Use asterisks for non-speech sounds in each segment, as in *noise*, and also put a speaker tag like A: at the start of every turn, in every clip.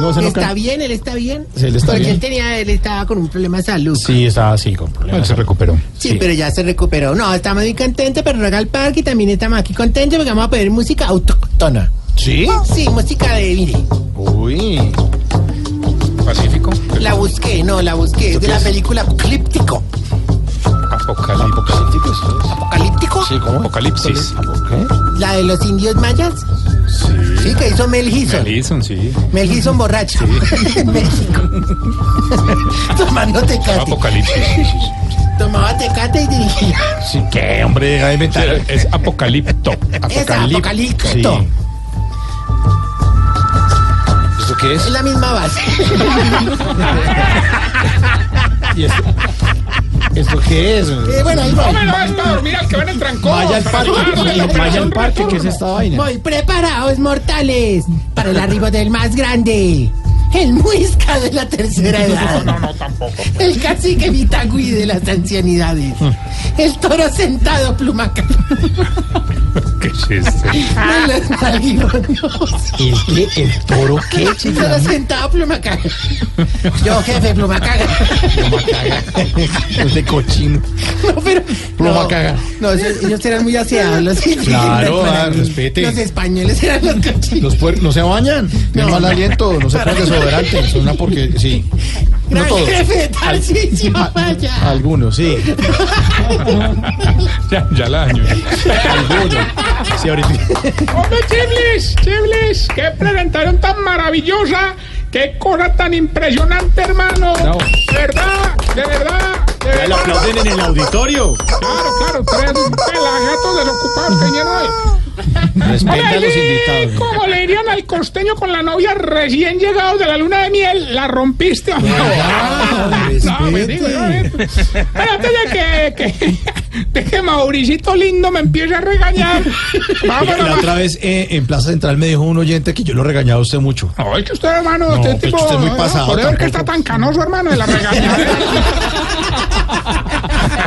A: No, se Ah, no
B: ¿Está
A: can...
B: bien? ¿Él está bien?
A: Sí, él está
B: Porque
A: bien.
B: él tenía, él estaba con un problema de salud. Sí.
A: Sí, está así con problemas. se recuperó.
B: pero ya se recuperó. No, estamos muy contentos, pero acá al parque y también estamos aquí contentos porque vamos a pedir música autóctona.
A: ¿Sí?
B: Sí, música de mire,
A: Uy.
C: Pacífico.
B: La busqué, no, la busqué. Es de la película Clíptico.
C: Apocalipsis.
B: ¿Apocalíptico?
A: Sí, ¿cómo?
C: Apocalipsis.
B: La de los indios mayas. Sí. que hizo Mel Gibson.
C: Alison, sí.
B: Mel Gibson borracho. *laughs* en México. Tomando tecate.
C: Apocalipsis.
B: Tomaba tecate y dirigía. *laughs*
A: Sí, qué hombre, deja de inventar.
C: Es apocalipto.
B: Es apocalipto.
A: Sí.
C: ¿Esto qué
B: Es
C: es?
B: la misma base.
A: ¿Y esto? ¿Esto qué es?
B: Eh, bueno, ahí voy.
C: es para dormir al que va en el trancón.
A: Vaya al parque. Vaya al parque, ¿qué es esta vaina?
B: Voy preparados, mortales, para el arribo del más grande. El muisca de la tercera edad.
C: No, no, tampoco.
B: El cacique Vitagüí de las ancianidades.
A: Mm.
B: El toro sentado plumaca.
C: ¿Qué es esto? Ah.
B: No los malguiñosos.
A: ¿El qué? ¿El toro qué?
B: El toro sentado plumaca. Yo, jefe, plumacaga.
A: El de cochino.
B: *laughs* No, pero.
A: Plumacaga.
B: No, no, ellos ellos eran muy aseados. Los
A: Claro, ah, respete.
B: Los españoles eran los cochinos.
A: Los puer- no se bañan, tienen mal aliento, no se ponen desodorante, son una porque sí. No
B: Gran
A: todos.
B: jefe, Tarcisio, vaya.
A: Algunos, sí.
D: *laughs*
C: Ya, ya la daño.
A: Algunos. Sí, ahorita.
D: Hombre, chibles, chibles, qué presentaron tan maravillosa, qué cosa tan impresionante, hermano.
C: Bravo.
D: De verdad, de verdad, de verdad.
A: Lo aplauden en el auditorio.
D: Claro, claro, ustedes pelagatos desocupados que vinieron hoy.
A: Respeta a los
D: Ay,
A: invitados.
D: como le dirían al costeño con la novia recién llegado de la luna de miel, la rompiste, hombre.
A: Ah,
D: No, me digo, yo, eh. Pero antes de que, que, *laughs* de que Mauricito lindo me empiece a regañar,
A: *laughs*
D: vamos
A: La
D: a
A: otra vez eh, en Plaza Central me dijo un oyente que yo lo regañaba a usted mucho.
D: Ay, que usted, hermano,
A: No,
D: usted
A: pues
D: tipo.
A: usted es muy
D: no,
A: pasado
D: Por eso que
A: tampoco.
D: está tan canoso, hermano, de
A: *laughs*
D: la regañadera.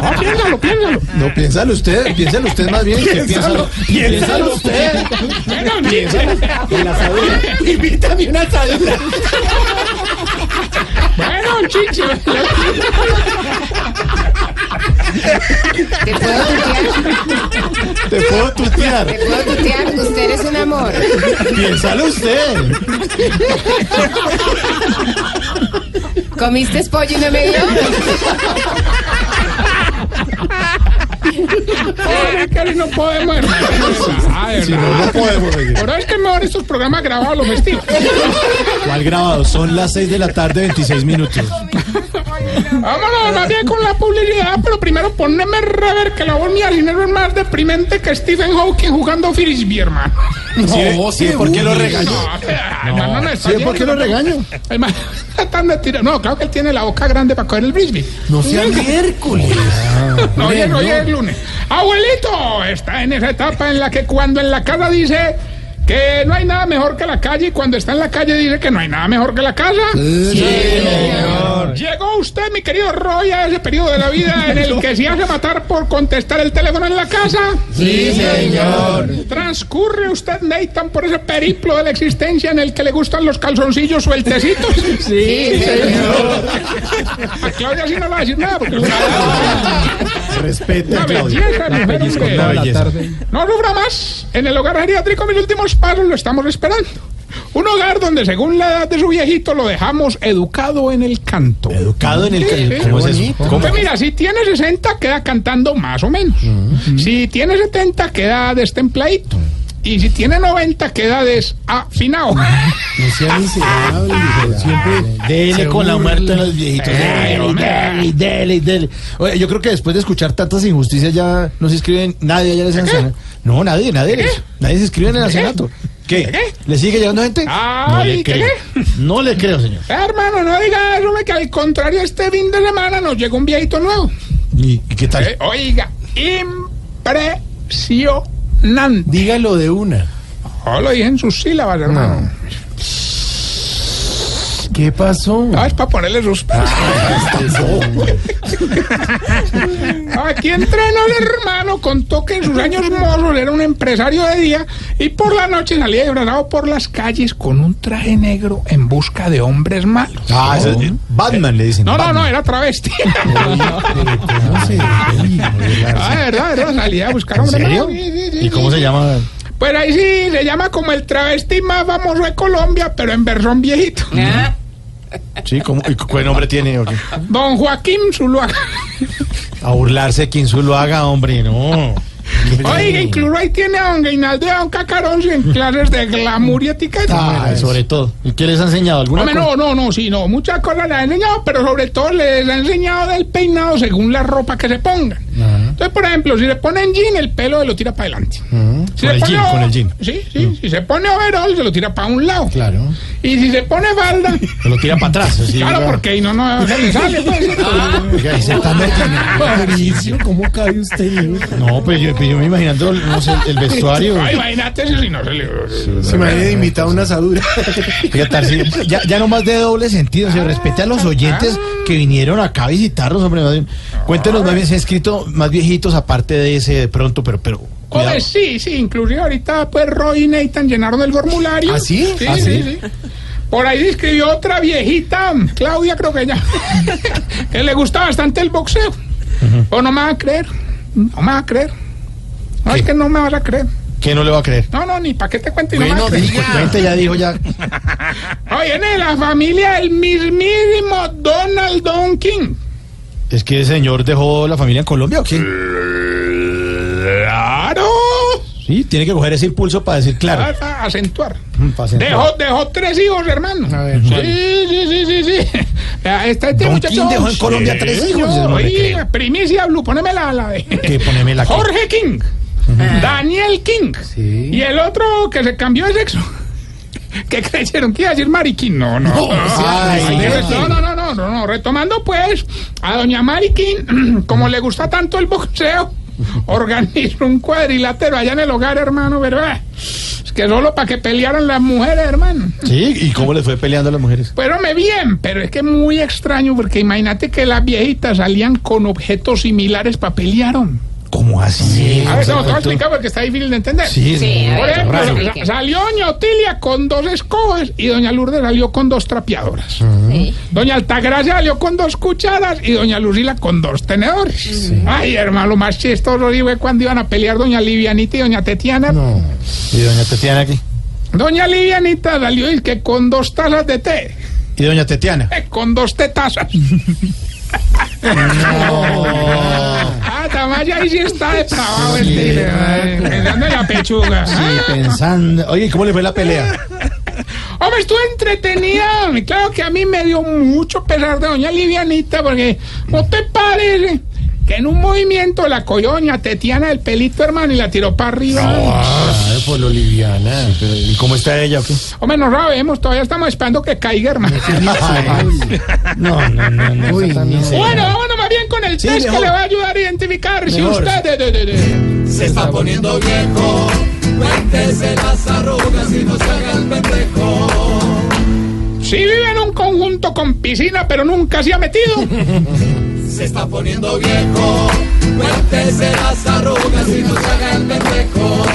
D: no, piénsalo, piénsalo.
A: No, piénsalo usted, piénsalo usted más bien. que Piénsalo, piénsalo usted.
D: Venga, piénsalo.
B: Invítame una salida.
A: *laughs*
D: Bueno, chichi.
E: te puedo tutear,
A: Te puedo tutear.
E: te puedo tutear, usted eres un amor.
A: Piénsalo usted.
E: ¿Comiste pollo y no me dio?
D: Ahora que no podemos, hermano. Ah, de
A: Si
D: verdad.
A: no, no podemos. oye.
D: Por eso es que es mejor estos programas grabados los festivos.
A: ¿Cuál grabado? Son las 6 de la tarde, 26 minutos.
D: Vámonos más bien con la publicidad, pero primero poneme rever que la voz mía dinero es más deprimente que Stephen Hawking jugando frisbee, hermano.
A: No, sí, ¿por qué lo
D: No,
A: regañó?
D: hermano, no está
A: Sí, ¿por qué lo regaño?
D: *laughs* Hermano, tratando de tirar- No, claro que él tiene la boca grande para coger el frisbee.
A: No sea miércoles.
D: No, hoy es, hoy
A: no.
D: es lunes. Abuelito está en esa etapa en la que cuando en la casa dice que no hay nada mejor que la calle y cuando está en la calle dice que no hay nada mejor que la casa. Llegó usted, mi querido Roy, a ese periodo de la vida en el que se hace matar por contestar el teléfono en la casa.
A: Sí, señor.
D: Transcurre usted, Nathan, por ese periplo de la existencia en el que le gustan los calzoncillos
A: *laughs*
D: sueltecitos.
E: Sí,
D: A Claudia sí no le va a decir nada porque...
A: Respeta,
D: La
A: Claudia. La
D: belleza, mujer,
A: pellizco,
D: hombre.
A: la belleza.
D: No sufra más. En el hogar geriátrico mis últimos pasos lo estamos esperando. Un hogar donde según la edad de su viejito lo dejamos educado en el canto.
A: Educado en el...
D: Sí, sí.
A: ¿Cómo es eso? ¿Cómo?
D: Pues mira, si tiene 60 queda cantando más o menos. Si tiene 70 queda destempladito. y si tiene 90 queda desafinado.
A: No sea miserable, pero siempre. Dele con la muerte a los viejitos. Dele, dele, dele, dele. Oye, yo creo que después de escuchar tantas injusticias ya no se inscriben nadie allá en el ancianato. No, nadie, nadie. Nadie se inscribe en el ancianato. ¿Qué? ¿Le sigue llegando gente? no
D: Ay,
A: le
D: ¿qué?
A: creo. No le creo, señor.
D: Eh, hermano, no diga eso, me que al contrario, este fin de semana nos llegó un viejito nuevo.
A: ¿Y y qué tal?
D: Eh, oiga, impresionante.
A: Dígalo de una.
D: Oh, lo dije en sus sílabas, hermano.
A: ¿Qué pasó? Ah.
D: Ah, es para ponerle suspenso. Aquí entrenó el hermano, contó que en sus años mozos era un empresario de día y por la noche salía disfrazado por las calles con un traje negro en busca de hombres malos.
A: Ah, ese- eh, Batman le dicen.
D: No, no,
A: Batman.
D: no,
A: *laughs*
D: era travesti.
A: ¿Cómo se
D: Ah, de verdad, de verdad, salía a buscar
A: ¿En
D: hombres
A: serio?
D: malos. Sí, sí, sí,
A: ¿Y cómo se llama?
D: sí. Pues ahí sí, se llama como el travesti más famoso de Colombia, pero en versión viejito.
A: Sí, ¿cómo? ¿Y cu- ¿Qué nombre tiene? o qué?
D: Don Joaquín Zuluaga.
A: A burlarse quien su lo haga, hombre, no.
D: Oiga, incluso ahí tiene a don Gainaldo y a don Cacarón en clases de glamour y etiqueta.
A: Ah, sobre todo. ¿Y qué les ha enseñado? ¿Alguna
D: Hombre,
A: cosa?
D: no, no, no, sí, no, muchas cosas les ha enseñado, pero sobre todo les ha enseñado del peinado según la ropa que se pongan. Entonces, por ejemplo, si se ponen jean, el pelo se lo tira para adelante. Si
A: Con
D: se
A: el
D: pone
A: jean,
D: o-
A: con el jean. Mm.
D: Sí, sí, si se pone overall, se lo tira para un lado.
A: Claro.
D: Y si se pone falda,
A: *laughs* Se lo tira para atrás. así,
D: claro,
A: oiga.
D: porque ahí no, no, se le
A: *laughs*
D: sale. pues.
A: Oiga, ahí se está metiendo. ¿Cómo cae usted? No, pero yo, pero yo me imaginando no sé, el vestuario.
D: Ay, Ah, imagínate si no se le...
A: Se me había invitado una asadura. ya, ya no más de doble sentido. Se respete a los
D: Ah,
A: oyentes que vinieron acá a visitarnos, hombre. más bien.
D: Ah.
A: Cuéntenos más bien, se han escrito más viejitos aparte de ese de pronto, pero. pero cuidado.
D: Hombre, sí, sí, inclusive ahorita pues Roy y Nathan llenaron el formulario.
A: ¿Ah, sí?
D: Sí,
A: ¿Ah,
D: sí,
A: sí?
D: sí. Por ahí escribió otra viejita, Claudia creo que ella, *laughs* que le gusta bastante el boxeo. O no me vas a creer, no me vas a creer. No,
A: ¿Qué?
D: es que no me vas a creer.
A: ¿Quién no le va a creer?
D: No, no, ni para qué te cuento y no me
A: Bueno,
D: vas a creer.
A: diga. Cuente, ya dijo ya.
D: Oye, en la familia del mismísimo Donald Don King.
A: ¿Es que el señor dejó la familia en Colombia o quién?
D: ¡Claro!
A: Sí, tiene que coger ese impulso para decir
D: A-
A: claro.
D: a- acentuar.
A: Mm, para sentar.
D: Ah, Dejó, dejó tres hijos, hermano.
A: A ver,
D: sí,
A: ¿cuál?
D: sí, sí, sí, sí. *laughs* Vea, Está este
A: Don
D: muchacho.
A: King dejó en Colombia tres hijos,
D: señor.
A: no le
D: Oye,
A: creo.
D: primicia, Blue, poneme la, la de. *laughs*
A: Que poneme la
D: Jorge King. Ah. Daniel King.
A: Sí.
D: Y el otro que se cambió de sexo. *laughs* ¿Qué creyeron que iba a decir Mari King? No, no.
A: No,
D: no.
A: sí,
D: Ay,
A: sí,
D: debe-
A: sí.
D: no, no, no, no, no, no. Retomando, pues, a doña Mari King, *clears throat* como le gusta tanto el boxeo, *laughs* organizó un cuadrilátero allá en el hogar, hermano, pero eh, es que solo para que pelearan las mujeres, hermano.
A: Sí, ¿y cómo le fue peleando a las mujeres?
D: Pero me bien, pero es que es muy extraño porque imagínate que las viejitas salían con objetos similares para pelear. hombre.
A: ¿Cómo así?
D: A ver, no, te voy a explicar porque está difícil de entender.
A: Sí,
E: Sí, a
D: Por
E: ver,
D: ejemplo,
E: raro.
D: sa- salió doña Otilia con dos escobas y doña Lourdes salió con dos trapeadoras.
A: Ah.
E: Sí.
D: Doña Altagracia salió con dos cucharas y doña Lucila con dos tenedores. Ay, hermano, lo más chistoso sí fue cuando iban a pelear doña Livianita y doña Tetiana.
A: No. ¿Y doña Tetiana aquí?
D: Doña Livianita salió y que con dos tazas de té, *laughs*
A: ¿Y doña Tetiana?
D: eh, con dos tetazas. Ah, Tamaya ahí sí está depravado
A: Sí,
D: este, eh,
A: hermano.
D: pensando en la pechuga.
A: Sí, pensando. Oye, ¿y ¿cómo le fue la pelea?
D: Hombre, estuve entretenida. y Claro que a mí me dio mucho pesar de doña Livianita, porque ¿no te parece que en un movimiento la cogió doña Tetiana del pelito, hermano, y la tiró para arriba?
A: Ah, por lo liviana. ¿Y cómo está ella o qué?
D: Hombre, no sabemos, todavía estamos esperando que caiga, hermano.
A: No, no, no, no. Uy,
D: Bueno, vámonos más bien con el
A: Sí,
D: test
A: mejor.
D: que le va a ayudar a identificar si
A: Mejor.
D: usted... de- de- de- de-
F: Se está poniendo viejo, cuéntese las arrugas y no se haga el pendejo.
D: Si vive en un conjunto con piscina, pero nunca se ha metido.
F: *laughs* Se está poniendo viejo, cuéntese las arrugas y no se haga el pendejo.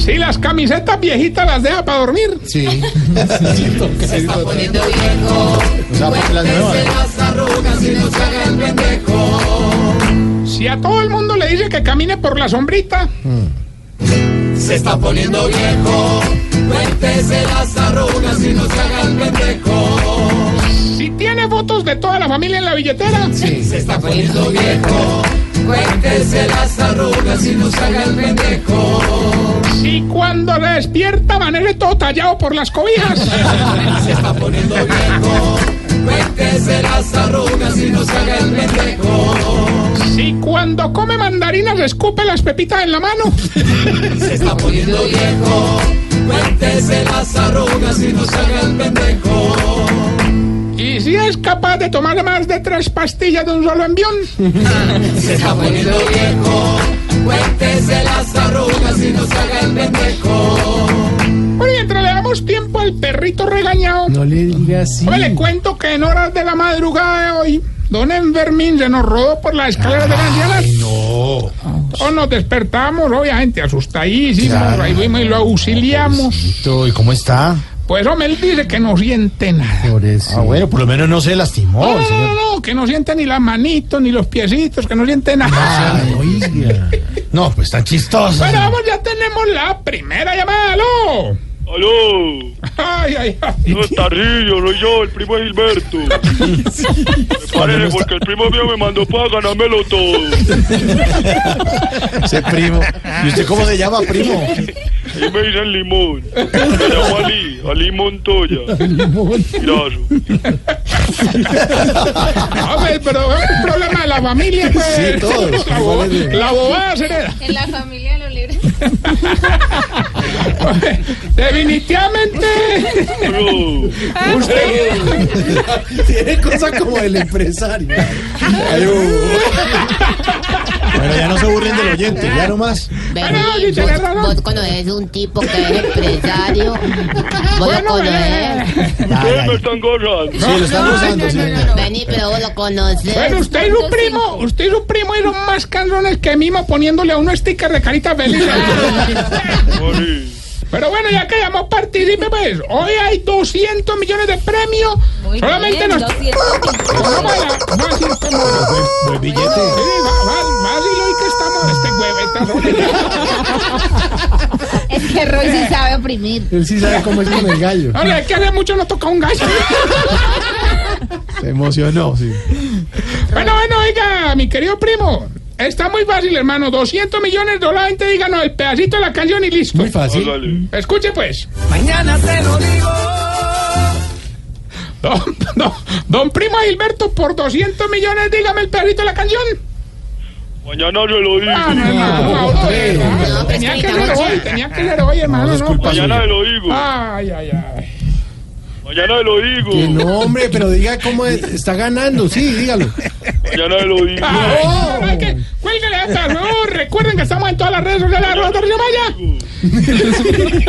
D: si las camisetas viejitas las deja para dormir.
A: Sí.
F: Poniendo viejo,
A: O sea, porque las
F: cuéntese
A: nuevas.
F: las arrugas y no se haga el pendejo.
D: Si a todo el mundo le dice que camine por la sombrita.
F: Se está poniendo viejo, cuéntese las arrugas y no se haga el pendejo.
D: Si tiene fotos de toda la familia en la billetera.
F: Se está poniendo viejo, cuéntese las arrugas y no se haga el pendejo.
D: Si cuando se despierta amanece todo tallado por las cobijas.
F: Se está poniendo viejo. Cuéntese las arrugas y no se haga el pendejo.
D: Si cuando come mandarinas escupe las pepitas en la mano.
F: Se está poniendo viejo. Cuéntese las arrugas y no se haga el pendejo.
D: Y si es capaz de tomar más de tres pastillas de un solo envión.
F: Se está poniendo viejo. Cuéntese las arrugas y no se haga el pendejo.
D: Bueno, y mientras le damos tiempo al perrito regañado,
A: No le diga así.
D: pues le cuento que en horas de la madrugada de hoy, don Enfermín se nos rodó por las escaleras de la anciana.
A: No.
D: Todos nos despertamos, obviamente, asustadísimos, ahí fuimos y lo auxiliamos.
A: ¿Y cómo está?
D: Pues hombre, él dice que no siente nada.
A: Por Ah, bueno, por lo menos no se lastimó.
D: No, no,
A: señor.
D: no, no, que no siente ni las manitos, ni los piecitos, que no siente nada.
A: Ay, oiga. No, pues tan chistoso.
D: Bueno, vamos, ya tenemos la primera llamada, ¿aló?
G: Aló,
D: Ay, ay, ay.
G: no es Tarrillo, soy yo, el primo de Gilberto.
D: *laughs*
A: Cuando no
G: Párele,
A: está-
G: porque el primo mío me mandó para ganármelo todo.
A: Ese primo. ¿Y usted cómo se llama, primo?
G: Y me dicen Limón. Me llamo Ali, Ali Montoya. Gracias.
D: Hombre, pero es un problema de la familia, pues.
A: Sí, todos.
D: La, boba, la bobada se hereda.
E: En la familia de los libres.
D: Definitivamente.
G: Bro,
A: Tiene cosas como el empresario. Pero ya no se burlen del oyente, ya nomás.
D: Bueno, sí, tenés razón.
E: vos conoces un tipo que es empresario. Vos lo
D: Bueno, eh,
E: conoces.
G: ustedes me están gozando.
A: Sí, lo están usando, sí.
E: Vení, pero vos lo conoces.
D: Bueno, usted y su primo, usted y su primo eran más canrones que mimo poniéndole a uno sticker de carita feliz.
G: Ali,
D: Pero bueno, ya que llamó participe, pues. Hoy hay 200 millones de premios. Solamente nos. Vamos a la- vamos a decir cómo-
A: Buen billete.
D: Sí, va- va- va a decir hoy que estamos este jueves. estamos-
E: Es que Roy sí sabe oprimir.
A: Él sí sabe cómo es con el gallo.
D: Ahora, es que hace mucho no toca un gallo.
A: Se emocionó, sí.
D: Bueno, bueno, oiga, mi querido primo. Está muy fácil, hermano. 200 millones de dólares, te díganos el pedacito de la canción y listo.
A: Muy fácil.
G: hágale.
D: Escuche, pues.
F: Mañana te lo digo.
D: Don, don- don Primo Gilberto, por 200 millones, dígame el pedacito de la canción.
G: Mañana se lo
D: Ah, no,
G: digo.
D: hermano, no, no, hermano,
E: Ah, No, pero
D: Tenía
E: es
D: que
E: que
D: ser
E: ahorita-
D: hoy, tenía que ser hoy, hermano.
A: es
D: no,
A: culpa
D: pues.
G: Mañana se lo digo.
D: Ay, ay, ay.
G: Mañana se lo digo.
A: No, hombre, pero diga cómo es- está ganando, sí, dígalo.
G: Mañana se lo digo.
D: Ay, no, no, es que- Cuélguele hasta, no, recuerden que estamos en todas las redes sociales, arroba Torre Maya.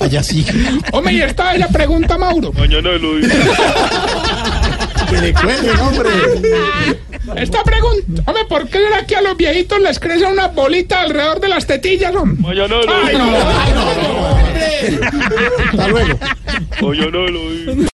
A: Allá sí.
D: Hombre, y esta es la pregunta, Mauro.
G: Mañana se lo digo.
A: Que le cuenten, hombre.
D: Esta pregunta, hombre, ¿por qué será que a los viejitos les crece una bolita alrededor de las tetillas, hombre?
G: Mañana se lo
D: Ay, no,
G: digo.
D: ay, no, no.
A: Hasta luego.
G: Mañana se lo digo.